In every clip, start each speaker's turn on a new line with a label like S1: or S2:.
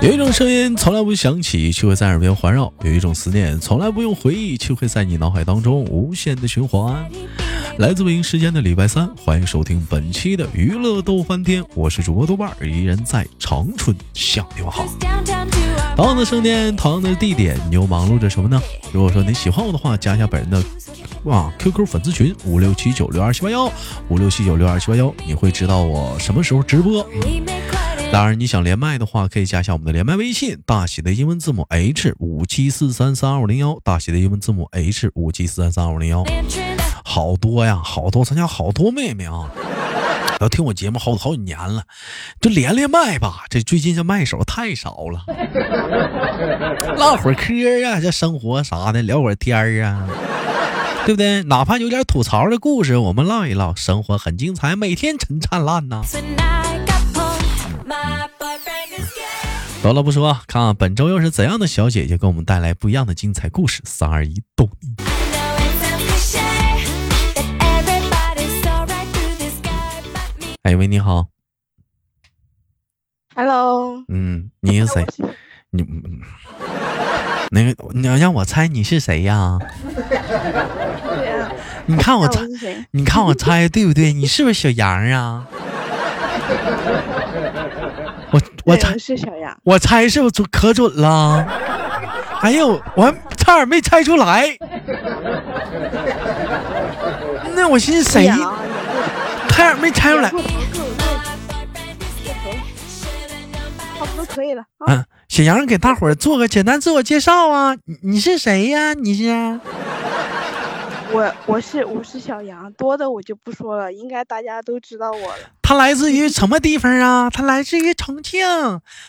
S1: 有一种声音从来不响起，却会在耳边环绕；有一种思念从来不用回忆，却会在你脑海当中无限的循环。来自北京时间的礼拜三，欢迎收听本期的娱乐逗翻天，我是主播豆瓣儿，依然在长春向你们好。同样的声天，同样的地点，你又忙碌着什么呢？如果说你喜欢我的话，加一下本人的啊 QQ 粉丝群五六七九六二七八幺五六七九六二七八幺，你会知道我什么时候直播。当然，你想连麦的话，可以加一下我们的连麦微信，大写的英文字母 H 五七四三三二五零幺，大写的英文字母 H 五七四三三二五零幺。好多呀，好多，咱家好多妹妹啊，要听我节目好好几年了，就连连麦吧。这最近这麦手太少了，唠会儿嗑啊，这生活啥的，聊会儿天儿啊，对不对？哪怕有点吐槽的故事，我们唠一唠，生活很精彩，每天真灿烂呐、得了，不说，看看本周又是怎样的小姐姐给我们带来不一样的精彩故事。三二一，动！哎喂，你好，
S2: Hello，
S1: 嗯，你是谁？你嗯那个，你要让我猜你是谁呀？
S2: 对呀，
S1: 你看我
S2: 那
S1: 猜
S2: 我，是谁？
S1: 你看我猜对不对？你是不是小杨啊？ 我我
S2: 对啊
S1: 猜
S2: 我是小杨，
S1: 我猜是不是准可准了？哎呦，我还差点没猜出来。那我寻思谁？
S2: 杨也
S1: 差点没猜出哎
S2: 不
S1: 来
S2: 啊不。不差不多可以了啊。
S1: 嗯，小杨给大伙儿做个简单自我介绍啊，你你是谁呀、你是？
S2: 我我是我是小杨，多的我就不说了，应该大家都知道我了。
S1: 他来自于什么地方啊？他来自于重庆。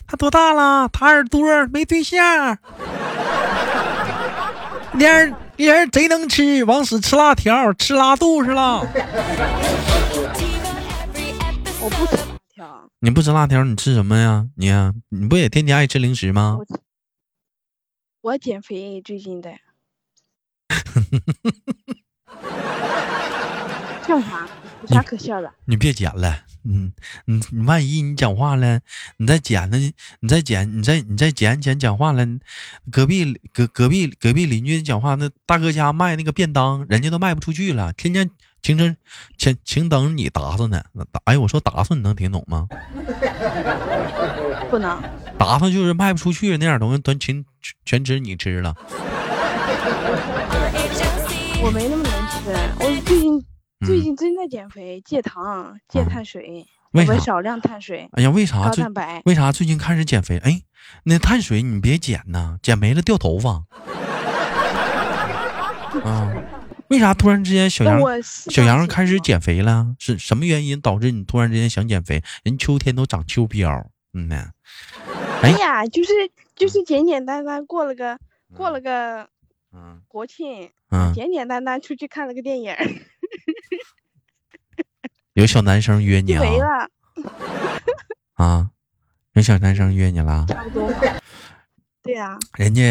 S1: 他多大了？他耳朵没对象。人人贼能吃，往死吃辣条，吃拉肚子了。
S2: 我不吃辣条，
S1: 你不吃辣条，你吃什么呀？你呀、你不也天天爱吃零食吗
S2: 我？吃我减肥最近 的。笑啥？有啥可笑的？
S1: 你别剪了，嗯，你你万一你讲话了，你再剪了，你再剪，你再你再剪剪讲话了，隔壁隔隔壁隔壁邻居讲话，那大哥家卖那个便当，人家都卖不出去了，天天情真情情等着你打算呢，那打哎我说打算你能听懂吗？
S2: 不能，
S1: 打算就是卖不出去那点东西，都全全指你吃了，
S2: 我没那么能吃。我最近最
S1: 嗯
S2: 近正在减肥，戒糖、戒
S1: 嗯
S2: 碳水，
S1: 为
S2: 我
S1: 啥？
S2: 少量碳水，
S1: 哎呀，为啥
S2: 高
S1: 最
S2: 蛋白。
S1: 为啥最近开始减肥？哎，那碳水你别减呐，减没了掉头 发。啊，为啥突然之间小
S2: 那
S1: 杨
S2: 我适
S1: 小
S2: 当
S1: 杨
S2: 吃
S1: 开始
S2: 糖，
S1: 减肥了？是什么原因导致你突然之间想减肥？人秋天都长秋膘，嗯呐，哎
S2: 哎呀，就是就是简简单单过了个过了个
S1: 嗯
S2: 国庆，
S1: 嗯，
S2: 简简单单出去看了个电影儿
S1: 有小男生约你
S2: 就
S1: 啊
S2: 没了，
S1: 啊，有小男生约你了，
S2: 差不多吧。对呀、
S1: 人家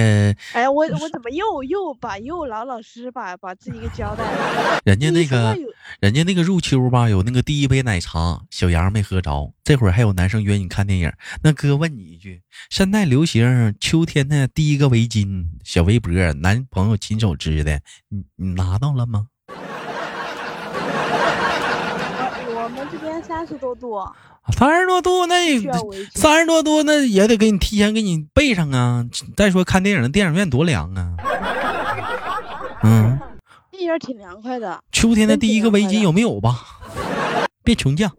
S2: 哎呀，我我怎么又又把又老老实实把把自己给交代了？
S1: 人家
S2: 一
S1: 那
S2: 说
S1: 个
S2: 到有
S1: 人家那个入秋吧，有那个第一杯奶茶，小杨没喝着。这会儿还有男生约你看电影，那哥问你一句：现在流行秋天的第一个围巾，小围脖，男朋友亲手织的，你你拿到了吗？
S2: 呃我我们这边三十多度，
S1: 啊三十多度那
S2: 需要围巾。
S1: 哎三十多度那也得给你提前给你备上啊。再说看电影的电影院多凉 啊，嗯，
S2: 这边挺凉快的，
S1: 秋天的第一个围巾有没有吧？
S2: 啊
S1: 别穷犟。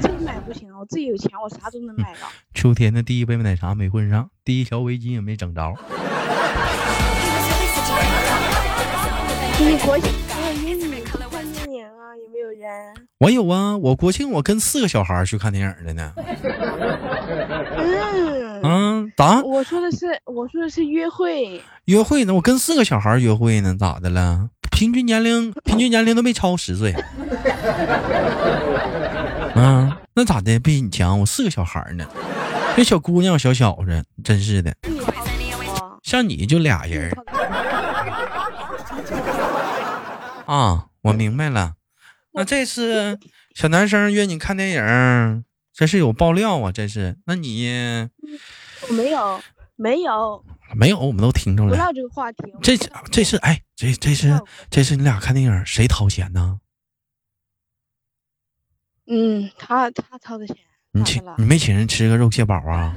S2: 自己买不行，我自己有钱，我啥都能买到。
S1: 秋天的第一杯奶茶没混上，第一条围巾也没整着。嗯
S2: 你国庆还有英语看电影啊？有没有人？
S1: 我有啊，我国庆我跟四个小孩儿去看电影的呢。
S2: 嗯。
S1: 嗯，咋
S2: 我说的是，我说的是约会，
S1: 约会呢？我跟四个小孩儿约会呢，咋的了？平均年龄平均年龄都没超十岁。啊嗯，那咋的？比你强？我四个小孩儿呢，那小姑娘小小子，真是的，
S2: 你好哦
S1: 像你就俩人儿啊。我明白了，那这次小男生约你看电影儿，这是有爆料啊，这是。那你
S2: 我没有，没有，
S1: 没有，我们都听着
S2: 不
S1: 了。
S2: 唠这个话题。我
S1: 这
S2: 不知道
S1: 这是哎，这这是
S2: 哦
S1: 这是你俩看电影谁掏钱呢？
S2: 嗯，他他掏的钱，
S1: 你
S2: 咋
S1: 请
S2: 的了
S1: 你？没请人吃个肉蟹堡啊？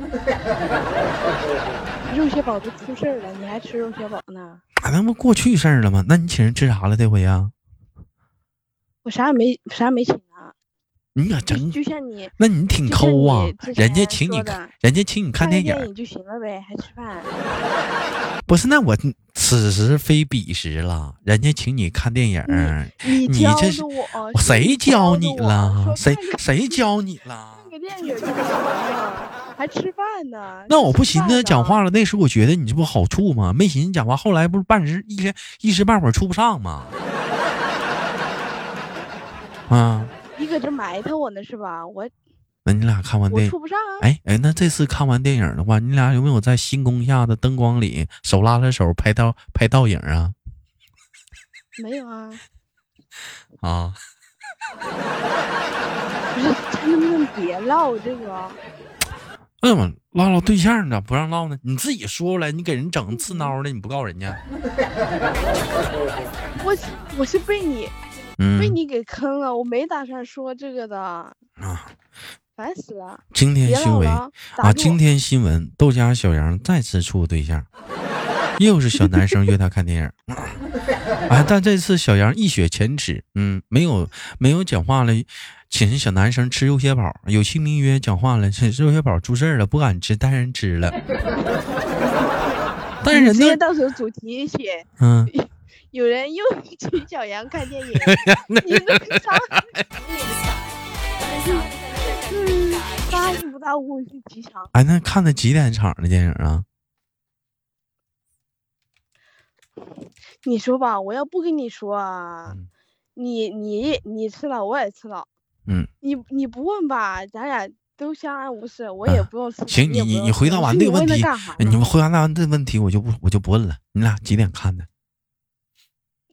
S2: 肉蟹堡都出事儿了，你还吃肉蟹堡呢？
S1: 啊，那不过去事儿了吗？那你请人吃啥了这回啊？
S2: 我啥也没啥也没请啊，
S1: 你可
S2: 就
S1: 真，
S2: 就像你
S1: 那你挺
S2: 就像
S1: 抠啊
S2: 你之！
S1: 人家
S2: 前
S1: 请你
S2: 说
S1: 看
S2: 的，
S1: 人家请你看
S2: 电
S1: 电影儿，
S2: 影就行了呗，还吃饭？
S1: 不是？那我此时非彼时了，人家请你看电影儿，
S2: 你
S1: 你
S2: 教
S1: 这是
S2: 的我，
S1: 我谁教
S2: 教
S1: 你
S2: 的我说
S1: 了？谁
S2: 看个
S1: 谁教你了？
S2: 看个电影就行了，还吃饭呢？
S1: 那我
S2: 吃
S1: 不寻
S2: 饭
S1: 思
S2: 呢
S1: 讲话了，那时候我觉得你这不好处吗？没寻思讲话，后来不是半时一时一时半会儿处不上 吗？啊，
S2: 你搁这埋汰我呢是吧？我
S1: 那你俩看完
S2: 我
S1: 电影
S2: 处，不上啊，
S1: 哎哎，那这次看完电影的话，你俩有没有在星空下的灯光里手拉着手拍到拍倒影啊？
S2: 没有啊，
S1: 啊，
S2: 不是，真能不能别唠这个？
S1: 哎呀妈，唠唠对象你咋不让唠呢？你自己说出来，你给人整刺挠的，你不告人家？
S2: 我是我是被你
S1: 嗯
S2: 被，你给坑了，我没打算说这个的，
S1: 啊，
S2: 烦死了！
S1: 今天
S2: 别
S1: 新
S2: 唠
S1: 闻
S2: 了啊，打
S1: 啊，
S2: 住
S1: 今天新闻，豆家小杨再次处对象，又是小男生约她看电影，啊，但这次小杨一雪前耻，嗯，没有没有讲话了，请人小男生吃肉蟹堡，有其名曰讲话了，这肉蟹堡出事儿了，不敢吃，带人吃了，但是
S2: 你
S1: 人
S2: 直接
S1: 家，
S2: 到时候主题写
S1: 嗯，
S2: 有人又请小杨看 电影，你这个啥？嗯，大事不大误去吉祥。
S1: 哎，那看的几点场的电影啊？
S2: 你说吧，我要不跟你说啊
S1: 嗯，
S2: 你你你吃了，我也吃了。
S1: 嗯，
S2: 你你不问吧，咱俩都相安无事，我也
S1: 啊
S2: 不用吃了。
S1: 行，你
S2: 也不
S1: 你
S2: 用
S1: 你回
S2: 吃
S1: 答
S2: 我
S1: 完
S2: 说
S1: 这个
S2: 你问
S1: 问
S2: 他
S1: 题
S2: 干啥，
S1: 哎你
S2: 呢
S1: 们回答完这个问题，我就不我就不问了，你俩几点看的？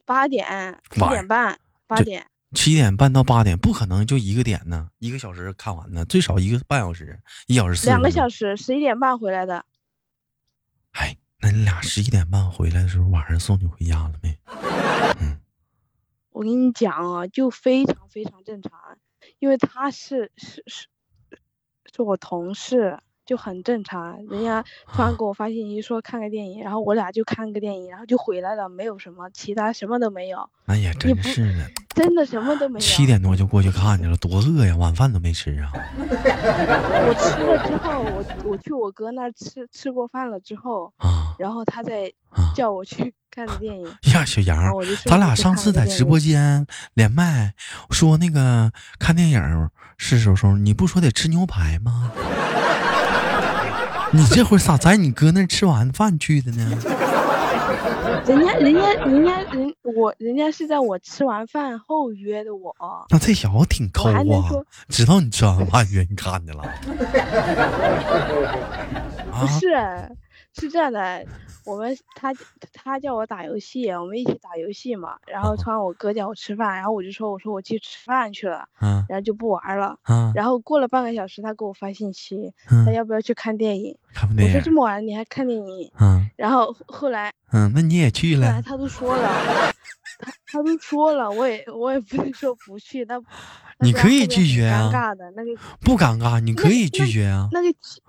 S2: 八点七
S1: 晚
S2: 点半八
S1: 这
S2: 点，
S1: 七点半到八点，不可能就一个点呢，一个小时看完呢，最少一个半小时，一小时四
S2: 两个小
S1: 时。
S2: 时，十一点半回来的。
S1: 哎，那你俩十一点半回来的时候，晚上送你回家了没？
S2: 我跟你讲啊，就非常非常正常，因为他是是是是我同事，就很正常。人家突然
S1: 啊
S2: 给我发信息说看个电影，然后我俩就看个电影，然后就回来了，没有什么其他什么都没有，
S1: 那也真
S2: 不
S1: 是的，
S2: 真的什么都没有。
S1: 七点多就过去看去了，多饿呀，晚饭都没吃啊。
S2: 我吃了之后，我我去我哥那儿吃吃过饭了之后，
S1: 啊
S2: 然后他再
S1: 啊！
S2: 叫我去看的电影，
S1: 呀，小杨
S2: 然后，我就顺
S1: 咱
S2: 便
S1: 俩
S2: 去
S1: 上
S2: 看
S1: 次
S2: 了个
S1: 在
S2: 电
S1: 直
S2: 影
S1: 播间连麦说那个看电影儿是时候，你不说得吃牛排吗？ 你这会儿咋在你哥那儿吃完饭去的呢？
S2: 人家人家人家人我人家是在我吃完饭后约的我。
S1: 那这小子挺抠
S2: 我还能
S1: 啊
S2: 说，
S1: 知道你吃完饭约你看去 了。
S2: 不
S1: 啊，
S2: 是，是这样的，我们他他叫我打游戏，我们一起打游戏嘛。然后
S1: 哦
S2: 突然我哥叫我吃饭，然后我就说我说我去吃饭去了，
S1: 啊
S2: 然后就不玩了。
S1: 啊，
S2: 然后过了半个小时，他给我发信息，他
S1: 嗯，
S2: 要不要去看电影？
S1: 看不
S2: 我
S1: 电
S2: 说这
S1: 影，
S2: 么晚了你还看电影？
S1: 嗯
S2: 然后后后来
S1: 嗯，那你也去
S2: 后来
S1: 了，
S2: 他都说了，他他都说了，我也我也不是说不去，那那
S1: 你
S2: 不
S1: 可
S2: 然
S1: 以
S2: 后面
S1: 拒
S2: 很
S1: 绝啊
S2: 尴尬的那个
S1: 不尴尬，你可
S2: 那
S1: 以拒绝啊。
S2: 那个其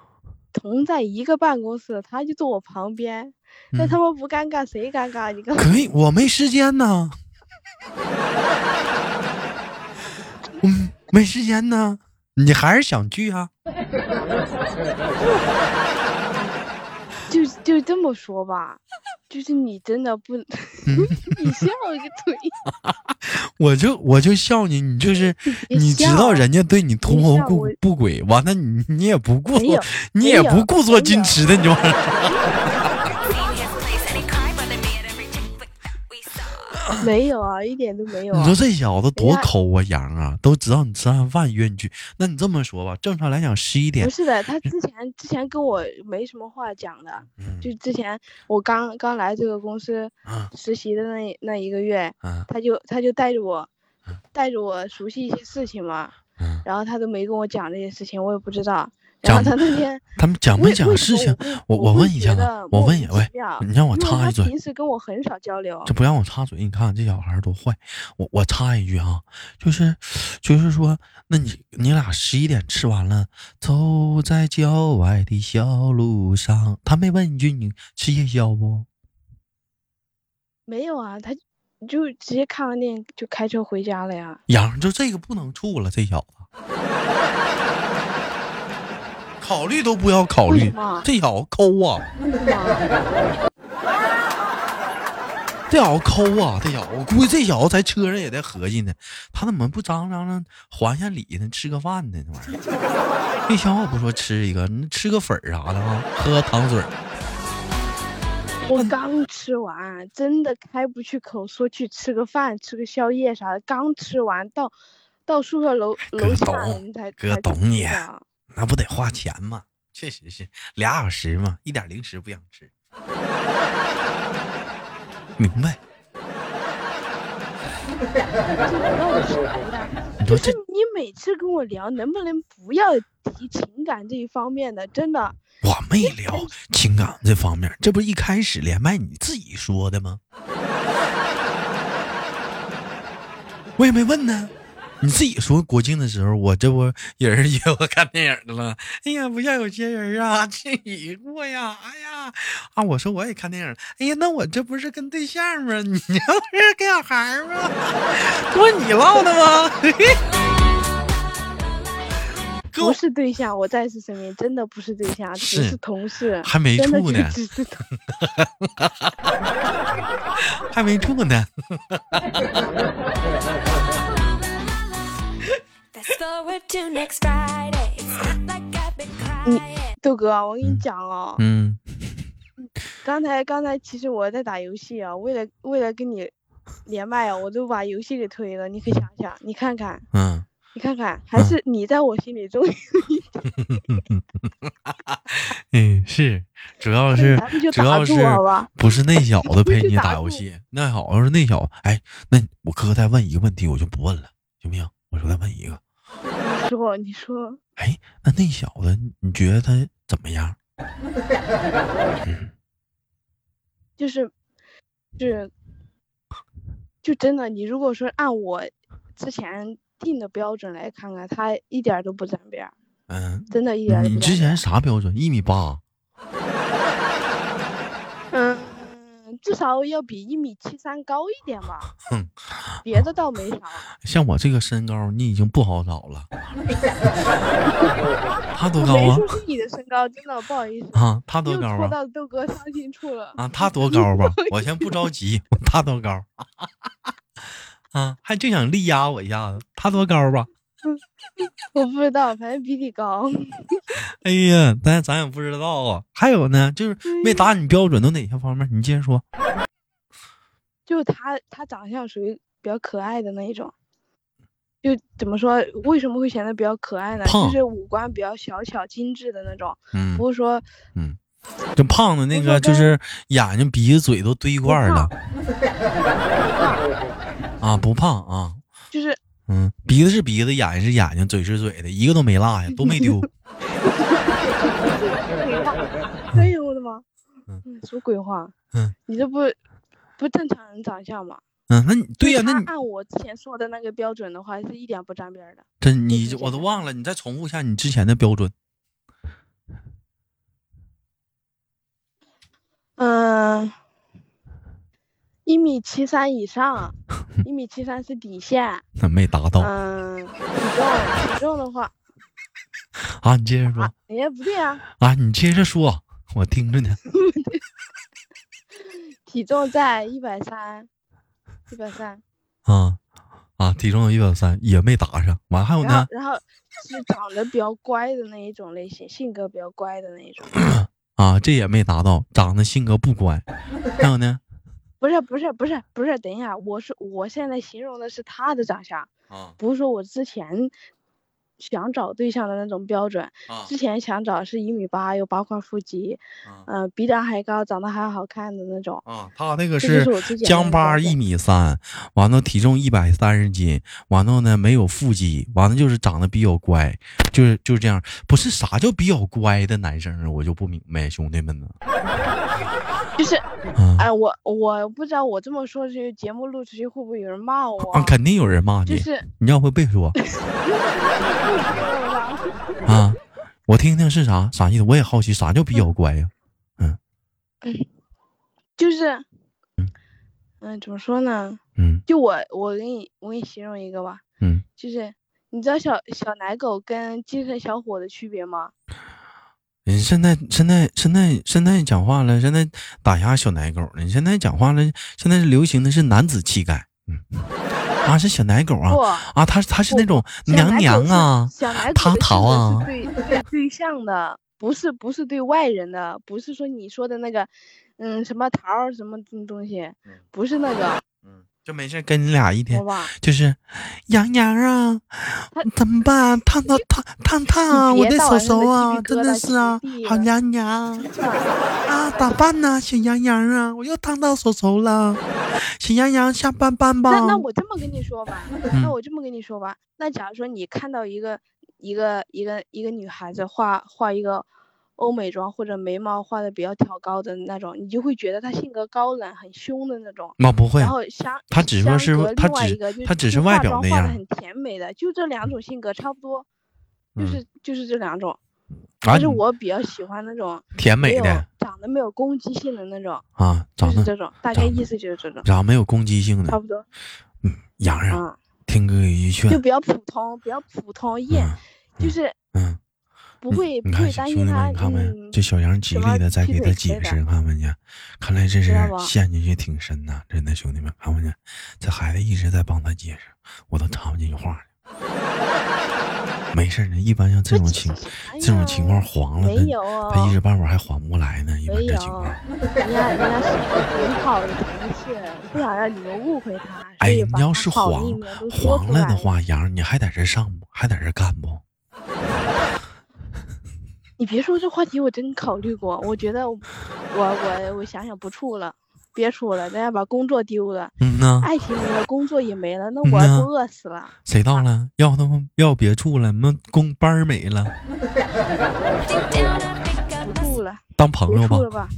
S2: 同在一个办公室，他就坐我旁边，那
S1: 嗯
S2: 他们不尴尬谁尴尬？你刚
S1: 可以，我没时间呢。嗯，没时间呢，你还是想去啊？
S2: 就就这么说吧，就是你真 的不，你笑个腿，
S1: 我就我就笑你，你 就是
S2: 别
S1: 你知道
S2: 笑啊
S1: 人家对你图谋
S2: 笑
S1: 不
S2: 我
S1: 不轨，完了你你也不顾
S2: 没有
S1: 你
S2: 没
S1: 也
S2: 有
S1: 不故作
S2: 没
S1: 矜
S2: 有
S1: 持的，你就往上找
S2: 没有啊，一点都没有
S1: 嗯你
S2: 啊
S1: 说。这小子多
S2: 人家
S1: 抠啊，杨啊，都知道你吃完饭约你去。那你这么说吧，正常来讲十一
S2: 不
S1: 点，
S2: 是的，他之前之前跟我没什么话讲的，
S1: 嗯
S2: 就之前我刚刚来这个公司
S1: 啊
S2: 实习的那那一个月，
S1: 啊
S2: 他就他就带着我，带着我熟悉一些事情嘛，
S1: 嗯
S2: 然后他都没跟我讲这些事情，我也不知道。然后他
S1: 讲
S2: 那天
S1: 他们啊讲没讲事情？？我我问一下啊我问一
S2: 一
S1: 下喂你让我插一嘴，
S2: 平时跟我很少交流，
S1: 这不让我插嘴，你看这小孩儿多坏。我我插一句啊，就是，就是说，那你你俩十一点吃完了，走在郊外的小路上，他没问一句你吃夜宵不？
S2: 没有啊，他就直接看完电影就开车回家 了呀。
S1: 杨儿就这个不能处了，这小子，考虑都不要考
S2: 为
S1: 虑
S2: 什么，
S1: 这小子抠啊，
S2: 为什么？
S1: 这小子抠啊，这小子，我估计这小子在车上也在合计呢，他怎么不张张张还下礼呢，吃个饭呢？这玩意儿，那小伙不说吃一个，你吃个粉儿啥的啊，喝个糖水儿。
S2: 我刚吃完，真的开不去口，说去吃个饭、吃个宵夜啥的。刚吃完到到宿舍楼楼下
S1: 懂
S2: 我们才
S1: 哥
S2: 才去
S1: 懂
S2: 吃
S1: 你啊
S2: 的
S1: 那不得花钱吗？确实是俩小时嘛，一点零食不想吃。明白？
S2: 让我说来的。
S1: 你说
S2: 就
S1: 这
S2: 是你每次跟我聊，能不能不要提情感这一方面的？真的，
S1: 我没聊情感这方面，这不一开始连麦你自己说的吗？我也没问呢。你自己说国庆的时候，我这不有人约我看电影的了？哎呀，不像有些人啊，这已过呀，哎呀，啊，我说我也看电影了，哎呀，那我这不是跟对象吗？ 你要是跟小孩儿吗？这不你唠的吗？ 跟我
S2: 不是对象，我在此声明，真的不是对象，只
S1: 是
S2: 是同事，
S1: 还没
S2: 真的
S1: 处
S2: 就
S1: 呢
S2: 只是同
S1: 还没处呢。
S3: Fast forward to next Friday. It's not like I've been crying.
S2: 豆哥，我跟你
S1: 嗯
S2: 讲哦，
S1: 嗯。
S2: 刚才刚才其实我在打游戏啊，为了为了跟你连麦啊，我都把游戏给推了。你可以想想，你看看，
S1: 嗯，
S2: 你看看，还是你在我心里重要。
S1: 嗯，是，主要是
S2: 哎咱们就
S1: 主
S2: 打
S1: 要是
S2: 住好吧
S1: 不是那小子陪
S2: 就
S1: 你
S2: 打
S1: 打游
S2: 住
S1: 戏，那好像是那小子，哎，那我哥再问一个问题，我就不问了，行不行？我说再问一个，
S2: 你说，你说，
S1: 哎，那那小子，你觉得他怎么样？
S2: 就是，就是，就真的，你如果说按我之前定的标准来看看，他一点儿都不沾边儿，
S1: 嗯，
S2: 真的一点儿都
S1: 你
S2: 不沾
S1: 之
S2: 边
S1: 前
S2: 儿。
S1: 啥标准？一米八，
S2: 嗯，至少要比一米七三高一点吧
S1: 哼。
S2: 别的倒 没啥，
S1: 像我这个身高，你已经不好找 了。他多高
S2: 没
S1: 啊
S2: 说？是你的身高，真的不好意思。
S1: 啊，他多
S2: 又
S1: 高
S2: 戳
S1: 啊？
S2: 到豆哥伤心处了。
S1: 啊，他多高吧？我先不着急， 他多高？啊，还就想力压我一下子，他多高啊吧？
S2: 我不知道，反正比你高。
S1: 哎呀，咱咱也不知道啊。还有呢，就是没达你标准都哪些方面？你接着说。
S2: 就他，他长相属于比较可爱的那一种。就怎么说，为什么会显得比较可爱呢？
S1: 胖
S2: 就是五官比较小巧精致的那种，
S1: 嗯，
S2: 不是说
S1: 这胖子那个
S2: 不
S1: 就是是眼睛、鼻子、嘴都堆一块儿了。啊，不胖啊，
S2: 就是
S1: 嗯，鼻子是鼻子，眼睛是眼睛，嘴是嘴的，一个都没落下，都没 丢。
S2: 鬼话。哎呦我的妈！
S1: 嗯
S2: 嗯，什么鬼话？
S1: 嗯，
S2: 你这不不正常人长相吗？
S1: 嗯，那你对呀、
S2: 就
S1: 那
S2: 他
S1: 你
S2: 按我之前说的那个标准的话，是一点不沾边儿的。
S1: 这你
S2: 对对对
S1: 我都忘了，你再重复一下你之前的标准。
S2: 嗯，一米七三以 上，一米七三是底线。
S1: 那没达到、
S2: 嗯，体重体重的话，
S1: 啊！你接着说
S2: 哎呀不对啊，
S1: 啊！你接着说，我听着呢。
S2: 体重在一百三，一百三。
S1: 啊啊，体重有一百三，也没打上。完还有
S2: 然后
S1: 呢
S2: 然后是长得比较乖的那一种类型，性格比较乖的那一 种。
S1: 啊，这也没达到，长得性格不乖。还有呢
S2: 不是不是不是不是，等一下，我是我现在形容的是他的长相，
S1: 啊
S2: 不是说我之前想找对象的那种标准。
S4: 啊
S2: 之前想找是一米八，有八块腹肌，
S4: 啊
S2: 嗯、比长还高，长得还好看的那种。
S4: 啊！他那个
S2: 这就是是我最简单
S1: 江
S2: 的
S1: 巴
S2: 标
S1: 一
S2: 准
S1: 米三，完了体重一百三十斤，完了呢没有腹肌，完了就是长得比较乖，就是就是这样。不是啥叫比较乖的男生啊，我就不明白兄弟们呢。
S2: 就是，
S1: 啊
S2: 哎、我我不知道我这么说这个节目录出去会不会有人骂我
S1: 啊，肯定有人骂
S2: 就
S1: 你，
S2: 是
S1: 你要不别 说啊，我听听是啥啥意思，我也好奇啥叫比较乖呀、
S2: 就是，嗯，怎么说呢？
S1: 嗯
S2: 就我我给你我给你形容一个吧，
S1: 嗯，
S2: 就是你知道小小奶狗跟精神小伙的区别吗？
S1: 你现在现在现在现在讲话了，现在打压小奶狗呢。你现在讲话了，现在流行的是男子气概，嗯，啊是小奶狗啊
S2: 不，
S1: 啊，他他是那种
S2: 小
S1: 娘
S2: 奶
S1: 娘
S2: 狗是
S1: 啊，
S2: 小奶狗
S1: 唐
S2: 的
S1: 桃啊
S2: 性格是对对对象的，不是不是对外人的，不是说你说的那个，嗯，什么桃儿什么东西
S4: 嗯，
S2: 不是那个，
S4: 嗯，
S1: 就没事跟你俩一天
S2: 好吧？
S1: 就是洋洋啊，怎么办？啊烫到烫烫烫啊！
S2: 你
S1: 我
S2: 别
S1: 的
S2: 到
S1: 手手
S2: 晚上的
S1: 啊，
S2: 鸡皮
S1: 真
S2: 疙
S1: 的
S2: 瘩
S1: 是啊
S2: 起地，
S1: 好
S2: 了
S1: 娘 娘啊！咋办呢，小洋洋啊？我又烫到手手了，小洋洋下班班吧。
S2: 那那我这么跟你说吧，那
S1: 嗯
S2: 我这么跟你说吧，那假如说你看到一个一个一个一个女孩子画画一个欧美妆或者眉毛画的比较挑高的那种，你就会觉得她性格高冷、很凶的那种。
S1: 那啊不会
S2: 然，后相
S1: 他只说
S2: 相
S1: 是
S2: 隔
S1: 他
S2: 另外
S1: 只
S2: 一个就
S1: 他只
S2: 就是
S1: 外
S2: 化
S1: 表
S2: 妆
S1: 那
S2: 化得
S1: 样
S2: 很甜美的，就这两种性格差不多，就
S1: 嗯
S2: 是就是这两种。
S1: 啊
S2: 但是，我比较喜欢那种
S1: 甜
S2: 没
S1: 美
S2: 有
S1: 的
S2: 长得没有攻击性的那种，
S1: 啊，
S2: 就
S1: 长
S2: 是
S1: 得
S2: 这种，大概
S1: 长
S2: 意思就是这种，
S1: 长得没有攻击性
S2: 差
S1: 的，
S2: 不多。
S1: 洋洋，
S2: 嗯，
S1: 听哥一
S2: 就
S1: 劝，
S2: 比较普通，比较普通一眼
S1: 嗯
S2: 就是
S1: 嗯。
S2: 不
S1: 嗯
S2: 会
S1: 你
S2: 不
S1: 看
S2: 会
S1: 小
S2: 担
S1: 兄弟
S2: 心他
S1: 们，你看没？
S2: 嗯
S1: 这小杨极
S2: 什么
S1: 力的在
S2: 劈
S1: 给他
S2: 腿之
S1: 解
S2: 类的
S1: 释，看没见？看来这
S2: 知
S1: 是
S2: 道不
S1: 陷进去挺深呐、真的，兄弟们，看没见？这孩子一直在帮他解释，我都插不进去话了。没事儿呢，一般像这种情
S2: 哎
S1: 这种情况黄了
S2: 没
S1: 的，
S2: 有啊，
S1: 他一时半会儿还缓不过来 呢。一般
S2: 没
S1: 这
S2: 有
S1: 情况，
S2: 人家人家是很好的同事，不想让你们误会他。所
S1: 哎，
S2: 以把
S1: 你要
S2: 他
S1: 是
S2: 好的一
S1: 黄
S2: 面都说
S1: 黄
S2: 出
S1: 了
S2: 来
S1: 的，话，杨儿，你还在这上不？还在这干不？
S2: 你别说这话题，我真考虑过，我觉得我我我想想不处了。别处了，人家把工作丢了，
S1: 嗯呐，
S2: 爱情没了，工作也没了，那
S1: 嗯
S2: 我
S1: 呐
S2: 都饿死了。
S1: 谁到了？要他妈要别处了，那工班儿没了，
S2: 不处了，
S1: 当朋
S2: 别
S1: 友吧
S2: 处。了吧，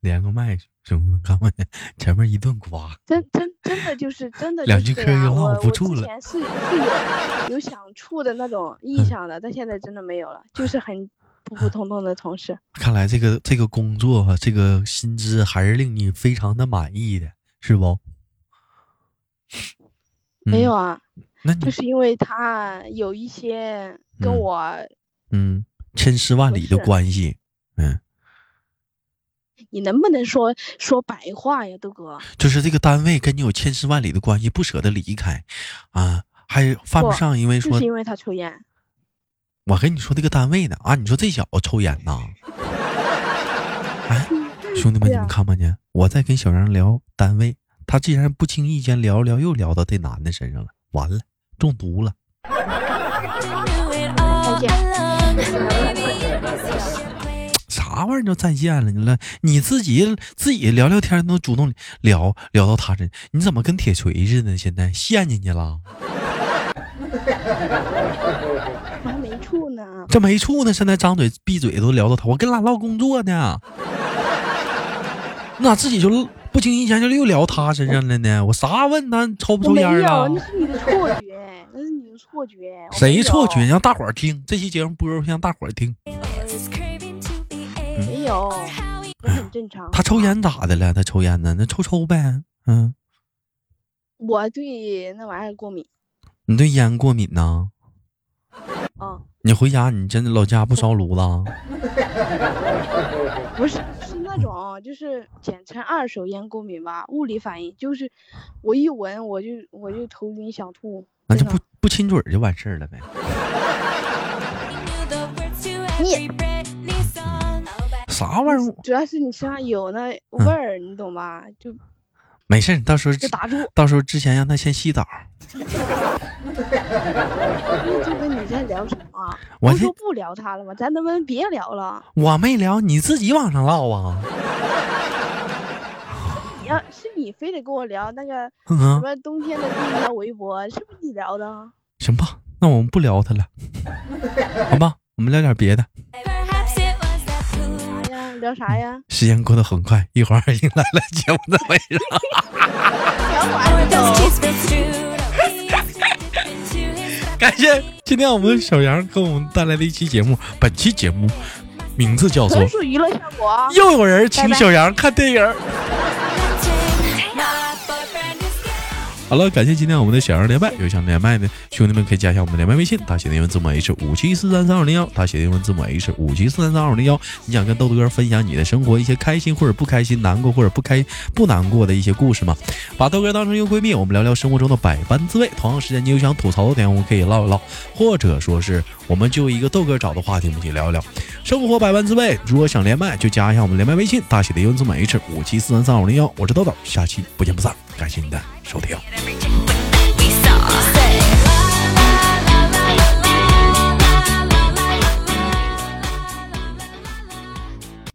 S1: 连个麦，兄弟们，看我前面一顿夸，
S2: 真真真的就是真的
S1: 两
S2: 就是
S1: 句
S2: 这
S1: 嗑
S2: 样
S1: 又唠
S2: 我
S1: 不
S2: 我
S1: 住了嗯
S2: 之前是是有有想处的那种意向的，但现在真的没有了，就是很普普通通的同事。
S1: 看来这个这个工作啊，这个薪资还是令你非常的满意的，是不？
S2: 没有
S1: 嗯，
S2: 啊，
S1: 那你
S2: 就是因为他有一些
S1: 嗯
S2: 跟我
S1: 嗯，千丝万缕的
S2: 不是
S1: 关系，嗯，
S2: 你能不能说说白话呀，豆哥？
S1: 就是这个单位跟你有千丝万缕的关系，不舍得离开，啊，还犯不
S2: 不
S1: 上，因为
S2: 就
S1: 说
S2: 是因为他抽烟，
S1: 我跟你说这个单位呢，啊，你说这小子抽烟呐？哎，兄弟们，
S2: 对
S1: 你
S2: 啊
S1: 们看没见？我在跟小杨聊单位，他竟然不经意间聊聊又聊到这男的身上了，完了，中毒了。啥玩意儿叫再见了？你了，你自己自己聊聊天都主动聊聊到他身，你怎么跟铁锤似的？现在陷进去了，
S2: 我还没处呢。
S1: 这没处呢，现在张嘴闭嘴都聊到他，我跟俺唠工作呢，你咋自己就不经意间就又聊他身上了呢？我啥问他抽不抽
S2: 我没
S1: 烟
S2: 有，
S1: 儿啊？
S2: 那是你的错觉，那是你的错觉。我没
S1: 谁错
S2: 有
S1: 觉？？让大伙儿听这期节目播出去，让大伙儿听。
S2: 没有，我很正常。
S1: 他抽烟咋的了？他抽烟呢？那抽抽呗。嗯，
S2: 我对那玩意儿过敏。
S1: 你对烟过敏呐？
S2: 嗯，
S1: 你回家你真的老家不烧炉子啊？
S2: 不是，是那种就是简称二手烟过敏吧，物理反应就是我一闻我就我就头晕想吐。
S1: 那就
S2: 真的
S1: 不不亲嘴儿就完事儿了呗。啥玩意儿？嗯
S2: 主要是你身上有那味儿，你懂吧？就
S1: 没事，你到时候
S2: 就打住。
S1: 到时候之前让他先洗澡。
S2: 就跟你在聊什么啊？
S1: 我
S2: 不
S1: 这
S2: 说不聊他了吗？咱能不能别聊了？
S1: 我没聊，你自己往上唠啊。
S2: 你要是你非得跟我聊那个什
S1: 嗯，
S2: 么冬天的第一条围脖，是不是你聊的？
S1: 行吧，那我们不聊他了，好吧？我们聊点别的。
S3: Perhaps it was that blue
S2: 啥哎呀？聊啥呀？
S1: 时间过得很快，一会儿迎来了节目的尾声。
S3: or does cheese strudel?
S1: 感谢今天我们小杨给我们带来的一期节目，本期节目名字叫做
S2: 纯属娱乐效果啊。
S1: 《又有人请小杨看电影》。
S3: My boyfriend is gay.
S1: 好了，感谢今天我们的小杨连麦，有想连麦的兄弟们可以加一下我们的连麦微信，大写的英文字母 H 五七四三三二零幺，大写的英文字母 H 五七四三三二零幺。你想跟豆豆哥分享你的生活一些开心或者不开心、难过或者不开不难过的一些故事吗？把豆哥当成一个闺蜜，我们聊聊生活中的百般滋味。同样时间，你有想吐槽的点，我们可以唠一唠，或者说是我们就一个豆哥找的话题，我们一起聊一聊生活百般滋味。如果想连麦，就加一下我们连麦微信，大写的英文字母 H 五七四三三二零幺。我是豆豆，下期不见不散，感谢你的收听。
S3: Every chick with that we saw.